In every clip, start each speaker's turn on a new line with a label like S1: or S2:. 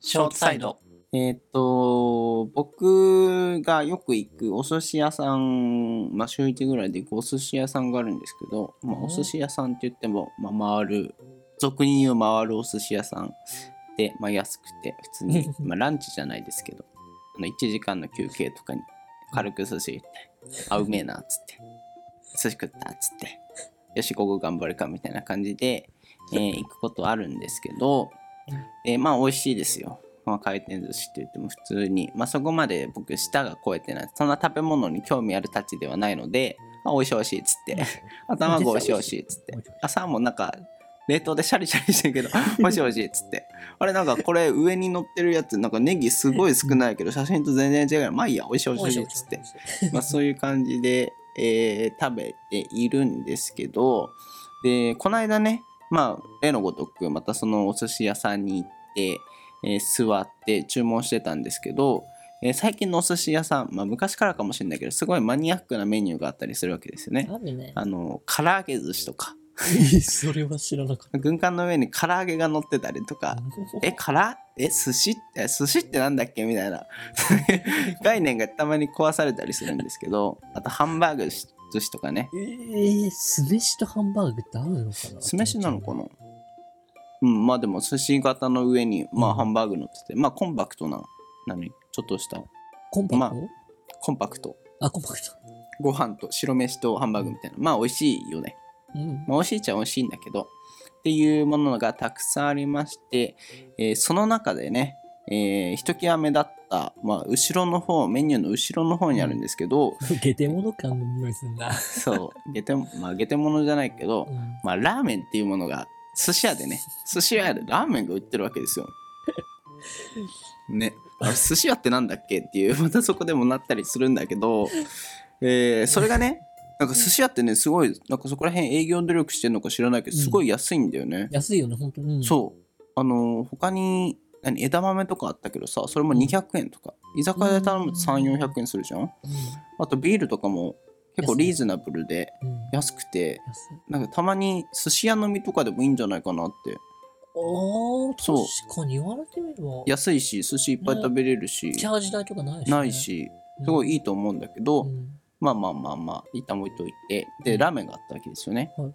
S1: ショートサイド。
S2: えーっと、僕がよく行くお寿司屋さん、まあ、週1ぐらいで行くお寿司屋さんがあるんですけど、まあ、
S1: うん
S2: お寿司屋さんって言っても、まあ、回る、俗に言う回るお寿司屋さんで、まあ、安くて、普通 に、まあ、ランチじゃないですけど、あの1時間の休憩とかに軽く寿司行 って、あ、うめえな、っつって、寿司食った、っつって、よし、午後頑張るか、みたいな感じで、えー行くことあるんですけど、えーまあ、美味しいですよ。まあ、回転寿司って言っても普通に、まあ、そこまで僕舌が超えてないそんな食べ物に興味あるたちではないのであ美味しい美味しいっつ ってあ卵美味しい美味しいっつってあサーモンなんか冷凍でシャリシャリしてるけ ど美味しい美味しいっつってあれなんかこれ上に乗ってるやつなんかネギすごい少ないけど写真と全然違うまあいいや美味しい美味しいっつって。まあ、そういう感じで、えー食べているんですけどでこの間ねまあ例のごとくまたそのお寿司屋さんに行って、えー座って注文してたんですけど、えー最近のお寿司屋さん、まあ、昔からかもしれないけどすごいマニアックなメニューがあったりするわけですよね。
S1: あるね。
S2: あの唐揚げ寿司とか
S1: それは知らなかっ
S2: 軍艦の上に唐揚げが乗ってたりとか
S1: た。
S2: え、からえ、寿司って、寿司ってなんだっけみたい な概念がたまに壊されたりするんですけど、あとハンバーグし寿司とかね、
S1: えー、酢飯とハンバーグって合うのかな
S2: 酢飯なのかなうん、まあでも寿司型の上に、ま
S1: う
S2: あ
S1: ん
S2: ハンバーグ乗ってて、まあコンパクトな、何ちょっとした、
S1: コンパクト、
S2: まコンパクト。
S1: あ、コンパクト。
S2: ご飯と白飯とハンバーグみたいな。まあ美味しいよね。
S1: うん。
S2: まあ、美味しいっちゃ美味しいんだけどっていうものがたくさんありまして、えーその中でね、えーひときわ目立った、まあ、後ろの方メニューの後ろの方にあるんですけど、
S1: ゲテモノ感の匂いすん な。
S2: そう下手,、まあ、下手物じゃないけど、
S1: うん
S2: まあ、ラーメンっていうものが寿司屋でね寿司屋でラーメンが売ってるわけですよ。ねあれ寿司屋ってなんだっけっていうまたそこでもなったりするんだけど、えーそれがねなんか寿司屋ってねすごいなんかそこら辺営業努力してるのか知らないけどすごい安いんだよね。
S1: 安いよね、本当に。う
S2: そうあのー他に何枝豆とかあったけどさそれも200円とか居酒屋で頼むと3400円するじゃん
S1: ん。
S2: あとビールとかも結構リーズナブルで
S1: うん。うん
S2: 安くて
S1: 安い。
S2: なんかたまに寿司屋飲みとかでもいいんじゃないかなって
S1: おー、
S2: そう
S1: 確かに言われてみれば。
S2: 安いし寿司いっぱい食べれるし、
S1: チャージ代とかないし、
S2: ない。しすごいいいと思うんだけど、
S1: うん。
S2: まあまあまあまあ一旦置いといて
S1: う
S2: で
S1: ん
S2: ラーメンがあったわけですよね、
S1: はい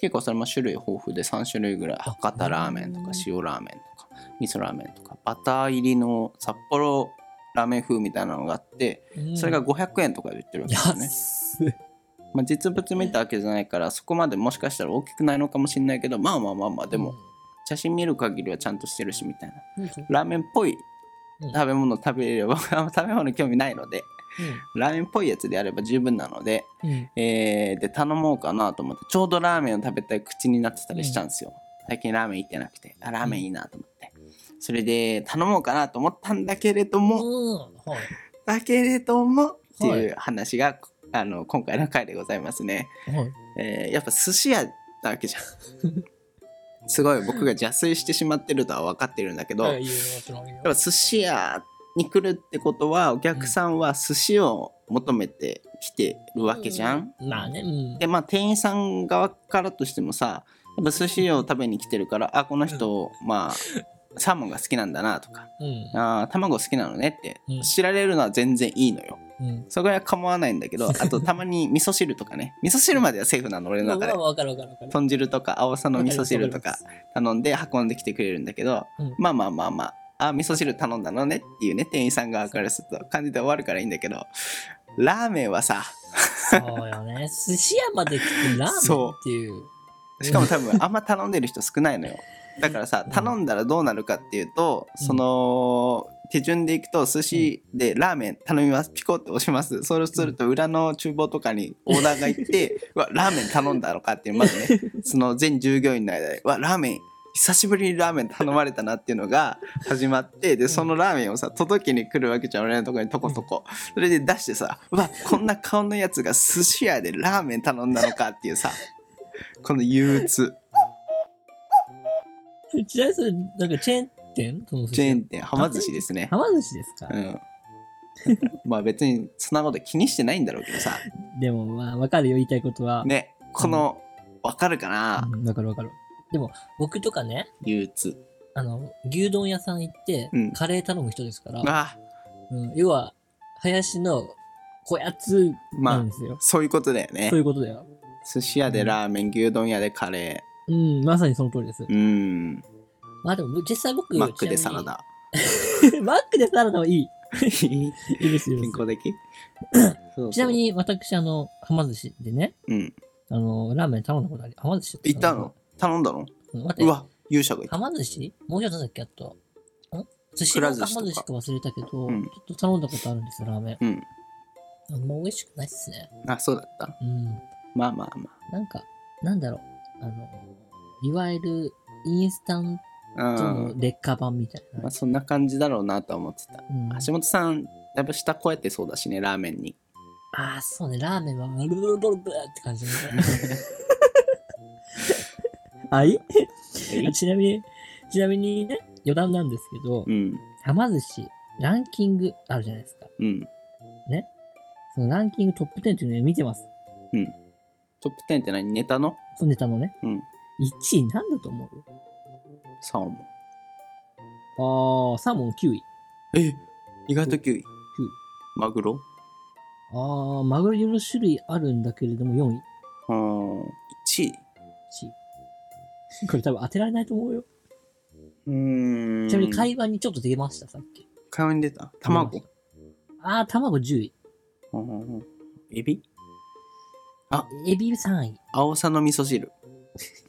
S2: 結構それも種類豊富で3種類ぐらい
S1: あ
S2: 博多ラーメンとか
S1: うん
S2: 塩ラーメンとか味噌ラーメンとかバター入りの札幌ラーメン風みたいなのがあって
S1: うん
S2: それが500円とかで売ってるわけですよね、
S1: 安い。
S2: まあ、実物見たわけじゃないからそこまでもしかしたら大きくないのかもしれないけどまあまあまあまあでも写真見る限りはちゃんとしてるしみたいな
S1: うん、本当
S2: ラーメンっぽい
S1: うん
S2: 食べ物食べれれば 僕は食べ物興味ないのでラーメンっぽいやつであれば十分なので
S1: うん。うん。
S2: えーで頼もうかなと思ってちょうどラーメンを食べたい口になってたりしたんですよ、最近ラーメン行ってなくてあラーメンいいなと思ってそれで頼もうかなと思ったんだけれども、
S1: うん。はい。
S2: だけれどもって
S1: はい
S2: いう話が、あの今回の回でございますね、
S1: はい。
S2: えーやっぱ寿司屋なわけじ ゃんすごい僕が邪推してしまってるとは分かってるんだけど、
S1: はい
S2: やっ
S1: いいよもちろんいいよ
S2: ぱ寿司屋に来るってことはお客さんは寿司を求めてきてるわけじゃん、
S1: うまあね。うん。
S2: でまあ店員さん側からとしてもさやっぱ寿司を食べに来てるからあこの人まあサーモンが好きなんだなとか
S1: うん。
S2: あー卵好きなのねって
S1: うん
S2: 知られるのは全然いいのよ
S1: うん。
S2: そこは構わないんだけど あとたまに味噌汁とかね味噌汁まではセーフなの俺の中で
S1: まあわかるわかるわかる。
S2: 豚汁とか青さの味噌汁と
S1: わ
S2: か
S1: ります。
S2: 頼んで運んできてくれるんだけど、
S1: うん
S2: まあまあまあまああ味噌汁頼んだのねっていうね店員さん側からすると感じで終わるからいいんだけどラーメンはさ
S1: そうよね。寿司屋まで来てラーメンっていう。
S2: しかも多分あんま頼んでる人少ないのよだからさ
S1: うん
S2: 頼んだらどうなるかっていうと、
S1: うん
S2: その手順でいくと寿司でラーメン頼みますピコッと押しますそうすると裏の厨房とかにオーダーが行って 「うわラーメン頼んだのか」っていうまずねその全従業員の間で「うわラーメン久しぶりにラーメン頼まれたな」っていうのが始まってでそのラーメンをさ届けに来るわけじゃん俺のとこにとことこそれで出してさ「うわこんな顔のやつが寿司屋でラーメン頼んだのか」っていうさこの憂鬱
S1: ちなみにそれ、なんかチェーン店その寿司
S2: チ
S1: 屋
S2: ェーン店はま寿司ですね
S1: はま寿司ですか、
S2: うんまあ別にそんなこと気にしてないんだろうけどさ
S1: でもまあわかるよ、言いたいことは。
S2: ねこのわかるかな
S1: うんわかるわかる。でも僕とかね、
S2: 憂鬱
S1: ああの、牛丼屋さん行って
S2: うん、
S1: カレー頼む人ですから、
S2: あ
S1: うん、要は、林のこやつ
S2: まあ、
S1: なんですよ。
S2: そういうことだよね
S1: そういうことだよ。
S2: 寿司屋でラーメン、牛丼屋でカレ
S1: うん、まさにその通りです。
S2: ーうん
S1: まあでも、実際僕、
S2: マックで
S1: ち
S2: サ
S1: なみ
S2: ラ
S1: に。
S2: ダ
S1: マックでサラダはいい。
S2: 健
S1: いい ですよ。いいです
S2: 康的
S1: ちなみに、私、あの、はま寿司でね、
S2: うん
S1: あの、ラーメン頼んだことあり、はま寿司って
S2: 行ったの頼んだの
S1: うん待って
S2: う、わ勇者が行った
S1: はま寿司もう一つなんだっけあと。ん寿司
S2: くら
S1: か
S2: 寿司とか
S1: はま寿司か忘れたけど、
S2: うん
S1: ちょっと頼んだことあるんですよ、ラーメン。
S2: うん
S1: あんま美味しくないっすね。
S2: あそうだった
S1: うん。
S2: まあまあま
S1: なんか、なんだろう。あの、いわゆるインスタン
S2: あ
S1: ト
S2: うん
S1: の劣化版みたい
S2: ま
S1: な
S2: あ。そんな感じだろうなとは思ってた
S1: うん、あ
S2: 橋本さんだいぶ下超えてそうだしねラーメン に
S1: あー、そうね。ラーメンはブルブルブルブルって感じ ね。はいちなみに、ちなみにね、余談なんですけど
S2: う、ん
S1: はま寿司、ランキングあるじゃないですか。
S2: うん
S1: そのランキングトップ10っていうのを見てます。
S2: トップ10って何ネタの
S1: そのネタのね。
S2: うん
S1: 1位なんだと思
S2: サーモン
S1: うああ、サーモン9位。
S2: え意外と9位マグロ
S1: ああ、マグロいろいろ種類あるんだけれども4位。
S2: うん1位
S1: 1位。これ多分当てられないと思うよ。
S2: うーん
S1: ちなみに会話にちょっと出ました、さっき。
S2: 会話に出た卵
S1: 出ああ、卵10位。
S2: うんエビ
S1: エビ3位。
S2: 青さの味噌汁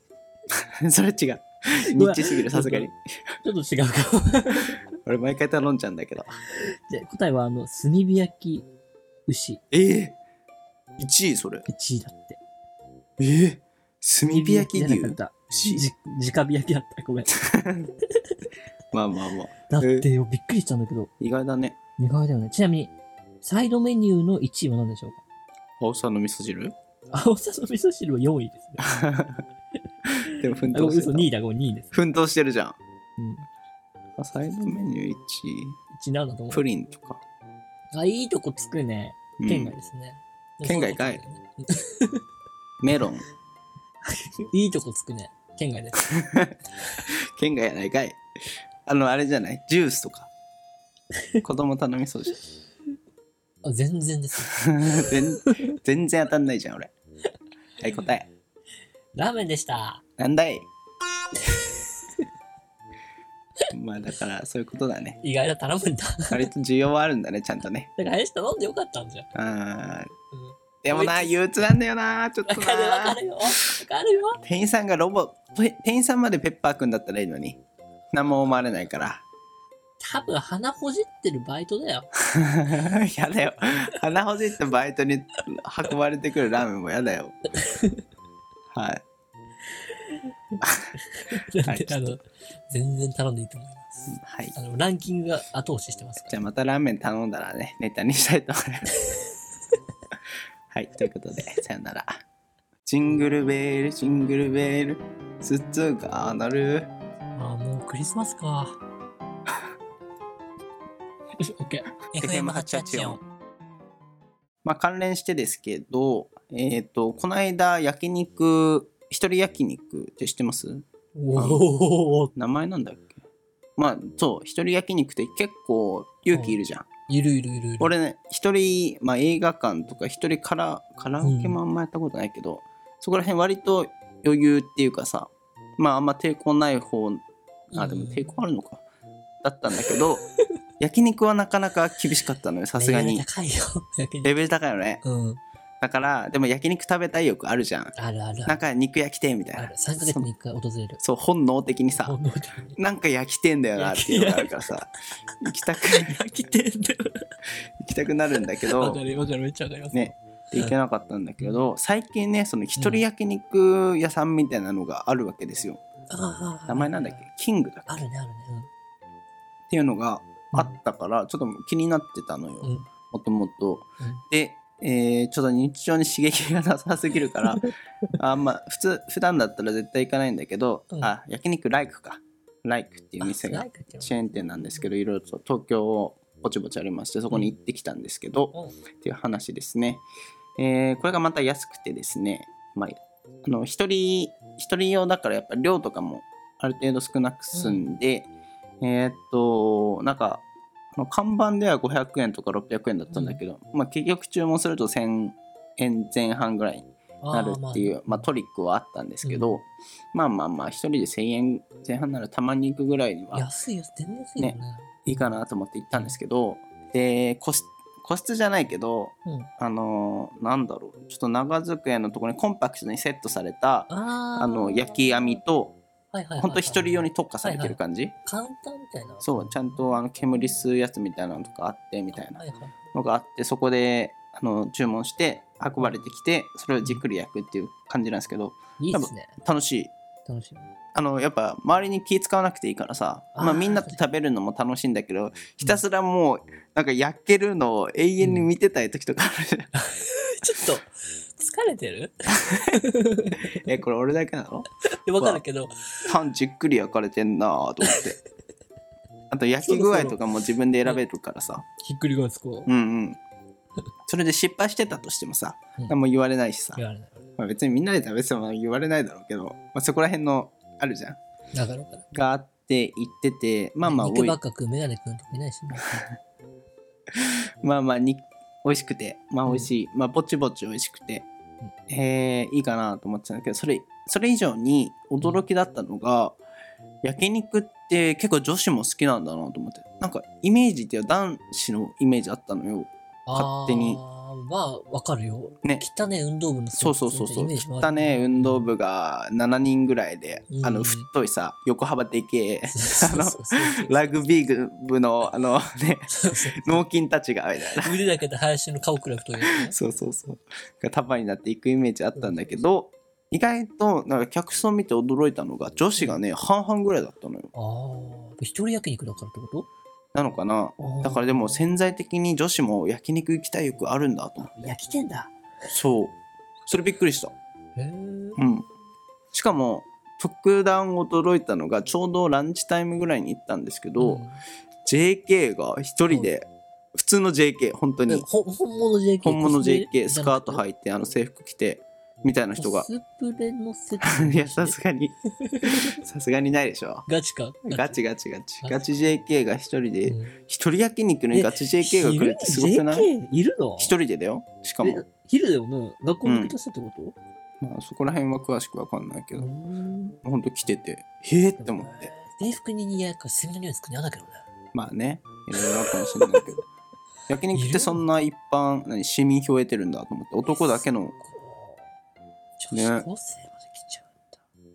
S2: それ違 う
S1: う
S2: ニ
S1: わ
S2: ッチすぎるさすがに
S1: ちょっと違 うかも。
S2: 俺毎回頼んじゃうんだけど
S1: で答えは、あの、炭火焼き牛。
S2: ええ1位それ
S1: 1位だって。
S2: ええ炭火焼き
S1: じ
S2: 牛
S1: ゃなかった
S2: 牛
S1: じ、直火焼きだった。ごめん。
S2: まあまあまあ
S1: だってよ、びっくりしたんだけど、
S2: 意外だね
S1: 意外だよね。ちなみに、サイドメニューの1位は何でしょう
S2: 青さの味噌汁
S1: か青さの味噌汁は4位ですね。
S2: でも奮
S1: あ、
S2: 闘して
S1: 嘘、2
S2: る
S1: 位だ、これ2位です。
S2: 奮闘してるじゃん
S1: うん。
S2: あサイドメニュー1
S1: 1位なんだと
S2: 位
S1: 思
S2: プリンとか、
S1: う。あ、いいとこつくね。
S2: うん
S1: 県外ですね。
S2: 県外かいメロン
S1: いいとこつくね。県外です。
S2: 県外やないかいあのあれじゃないジュースと か子供頼みそうじゃん
S1: あ、全然です。
S2: 全全然当たんないじゃん俺はい答え
S1: ラーメンでした。
S2: なんだい まあだからそういうことだね
S1: 意外だ、頼むんだ。だ
S2: 割と需要はあるんだねちゃんとね
S1: から、林頼んでよかったんじゃん。
S2: あー
S1: うん
S2: でもな憂鬱なんだよなちょっ
S1: わ
S2: と
S1: かるわか
S2: な
S1: るよ。わかるよ。
S2: 店員さんがロボ店員さんまでペッパーくんだったらいいのに何も思われないから
S1: 多分鼻ほじってるバイトだよ。
S2: やだよ鼻ほじったバイトに運ばれてくるラーメンもやだよはい
S1: なんで、あの、全然頼んでいいと思います。
S2: はい
S1: あの、ランキングが後押ししてますか
S2: じゃあまたラーメン頼んだらね、ネタにしたいと思います。はい、ということで、さよなら。ジングルベール、ジングルベール、筒が鳴る。
S1: ら。ああ、もうクリスマ スか。よし、オッケー。
S2: FM884。まあ関連してですけど、えっ、と、この間焼肉、一人焼肉って知ってます
S1: おお、
S2: 名前なんだっけまあそう、一人焼肉って結構勇気いるじゃん。
S1: いるいるいるいる。
S2: 俺ね一人、まあ、映画館とか一人カラカラオケもあんまやったことないけど、そこら辺割と余裕っていうかさまああんま抵抗ない方あでも抵抗あるのか、だったんだけど 焼肉はなかなか厳しかったのよさすが
S1: レベ
S2: に
S1: ル高いよ。焼肉
S2: レベル高いよね
S1: うん。
S2: だからでも焼肉食べたい欲あるじゃん
S1: ある
S2: な
S1: あるあ
S2: ん
S1: る。
S2: か肉焼きてえみたい
S1: あ
S2: な
S1: る3ヶ月に1回訪れる。
S2: そう本能的にさ
S1: 本能的に
S2: なんか焼きてえんだよなっていうのがあるからさ行きたく
S1: 飽きてんだよ。
S2: 行きたくなるんだけど
S1: わかるわかる、めっちゃわかります。
S2: ね。っていけなかったんだけど、最近ねその一人焼肉屋さんみたいなのがあるわけですよ、
S1: ああ。
S2: 名前なんだっけキングだっけ
S1: あるね、あるね。
S2: っていうのがあったから、ちょっと気になってたのよ、
S1: うん
S2: もともと
S1: うん
S2: で、えーちょっと日常に刺激がなさすぎる からあんま普通普段だったら絶対行かないんだけど、
S1: うん
S2: あ焼肉ライクかライクっていう
S1: うん。
S2: 店
S1: あ
S2: が
S1: ライクっていう
S2: チェーン店なんですけどいろいろと東京をぼちぼちありましてそこに行ってきたんですけど、
S1: のうん
S2: っていう話ですね。えーこれがまた安くてですね、まあ、あの一人一人用だからやっぱ量とかもある程度少なく済んで、えーっとなんかこの看板では500円とか600円だったんだけど、まあ、結局注文すると1000円前半ぐらいになるっていうまあ、トリックはあったんですけど、まあまあまあ1人で1000円前半ならたまに行くぐらいには
S1: 安いよ、全然安いよね。
S2: いいかなと思って行ったんですけど、で個室個室じゃないけど
S1: うん、
S2: あのーなんだろうちょっと長机のところにコンパクトにセットされた
S1: あー
S2: あの焼き網、と
S1: はいはいはいはい
S2: ほんと一人用に特化されてる感じ、
S1: カウンターみたいな。
S2: そうちゃんとあの煙吸うやつみたいなのとかあってみたいな
S1: はいはい
S2: のがあってそこであの注文して運ばれてきてそれをじっくり焼くっていう感じなんですけど
S1: いいですね。
S2: 楽しい
S1: 楽しみ。
S2: あのやっぱ周りに気使わなくていいからさ
S1: あー
S2: まあ、みんなと食べるのも楽しいんだけどひたすらもうなんか焼けるのを永遠に見てたい時とかあるじゃん、
S1: ちょっと、疲れ てる
S2: えこれ俺だけなの
S1: いやわかるけど、
S2: パンじっくり焼かれてんなぁと思 ってあと焼き具合とかも自分で選べるからさ
S1: ひっくり返すこう
S2: う。んうんそれで失敗してたとしてもさ
S1: うん
S2: 何も言われないしさ、
S1: 言われない。
S2: まあ、別にみんなで食べてても言われないだろうけど、まあ、そこら辺のあるじゃん
S1: だからか
S2: があって行っててまあ
S1: ら。
S2: まあ
S1: 肉
S2: おい
S1: ばっか食うメガネくんとかいないしね。
S2: まあまあに美味しくてまあ美味しい、まあぼちぼち美味しくて、えーいいかなと思ってたんだけどそれそれ以上に驚きだったのが焼肉って結構女子も好きなんだなと思ってなんかイメージっていうのは男子のイメージあったのよ 勝手に
S1: あーまあ、わかるよ。
S2: ね
S1: 汚ね運動部の
S2: そうそうそうそう汚ね
S1: ね
S2: 運動部が7人ぐらいで、
S1: うん
S2: あの太いさ横幅でけえ
S1: そうそう そう
S2: ラグビー部のあのね
S1: そうそう
S2: 脳筋たちがみたいな
S1: 腕だけで林の顔くらい太いやつね。
S2: そうそうそうが束になっていくイメージあったんだけど意外となんか客層見て驚いたのが女子がね半々ぐらいだったのよ
S1: ああ、一人焼肉だからってこ
S2: なのかな
S1: と
S2: だからでも
S1: あー
S2: 潜在的に女子も焼肉行きたい欲あるんだと思って
S1: 焼きてんだ。
S2: そうそれびっくりした
S1: へー
S2: うんしかも特段驚いたのがちょうどランチタイムぐらいに行ったんですけど、
S1: うん
S2: JK が一人で普通の JK 本当
S1: え
S2: に
S1: ほ本物 JK
S2: 本物
S1: コスプレ
S2: JK スカート
S1: い
S2: 履いてあの制服着てみたいな人が
S1: コスプレのセ
S2: いやさすがにさすがにないでしょ
S1: ガチか
S2: ガチガチガチガチ JK が一人で
S1: うん
S2: 一人焼肉にガチ JK が来るってすごくない
S1: 昼 JK いるの
S2: 一人でだよしかも
S1: え昼だよね学校抜け出したってこ
S2: まあそこら辺は詳しくわかんないけ
S1: と
S2: ど
S1: うん
S2: ほんと来ててへえって思って
S1: 制服に似合うから炭の匂いつくに嫌だけどね
S2: まあねいろいろあるかもしれ ないけど焼肉ってそんな一般何市民票を得てるんだと思って男だけの
S1: 女子高生まで来ちゃ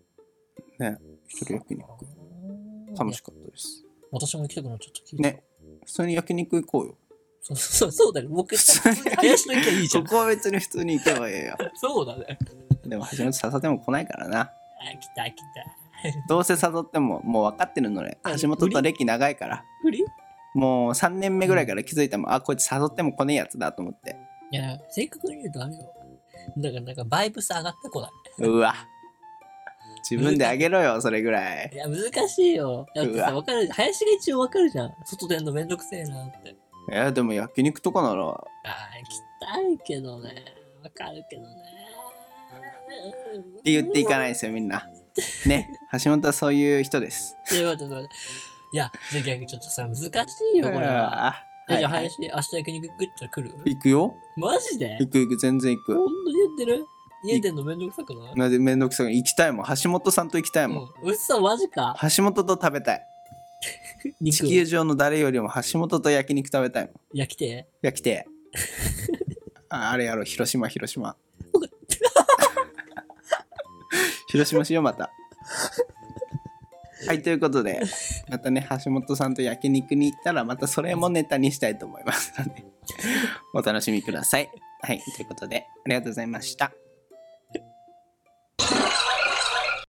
S2: ね一人焼肉楽
S1: うんだ
S2: し
S1: い
S2: かったです
S1: や私も行きたくなっちゃった
S2: ね普通に焼肉行こうよ
S1: そうそうそうだね僕
S2: 普通に
S1: 林の行きゃいいじゃ
S2: こ
S1: ん
S2: こは別に普通に行けばええよ
S1: そうだね
S2: でも初めて笹でも来ないからな
S1: あ来た来た
S2: どうせ誘ってももう分かってるのね
S1: あ
S2: 橋本と歴長いから
S1: 不倫
S2: もう3年目ぐらいから気づいたもんあこいつ誘っても来ねえやつだと思って
S1: いや、正確に言うとあれよ。だから、なんか、バイブス上がってこな
S2: うわ自分であげろよそれぐら
S1: い。
S2: い
S1: いや、難しいよ。だって
S2: う
S1: さ、
S2: わ
S1: わかる、林が一応わかるじゃん。外出んのめんどくせえなって。
S2: いやでも焼肉とかなら
S1: ああ、行きたいけどね。わかるけどね。っ
S2: って言っていかない
S1: い。
S2: ですよみんなね橋本はそういう人です
S1: ちょっと待って、ちょっと待って。いや、じゃあ逆にちょっとさ、難しいよ、これは。
S2: あ
S1: え
S2: はい
S1: じゃあ、
S2: はい
S1: 林、明日焼肉食ったら来る
S2: 行くよ
S1: マジで
S2: 行く行く全然行
S1: ほ
S2: く
S1: んとに言ってる家出んのめんどくさくない
S2: なぜめんどくさくない行きたいもん橋本さんと行きたいもん、
S1: うん。うっそ、マジか。
S2: 橋本と食べたい
S1: 肉
S2: 地球上の誰よりも橋本と焼肉食べたいもん
S1: 焼きて。
S2: 焼きてえああれやろう広島広島広島しようまたはいということでまたね橋本さんと焼肉に行ったらまたそれもネタにしたいと思いますのでお楽しみくださいはいということでありがとうございました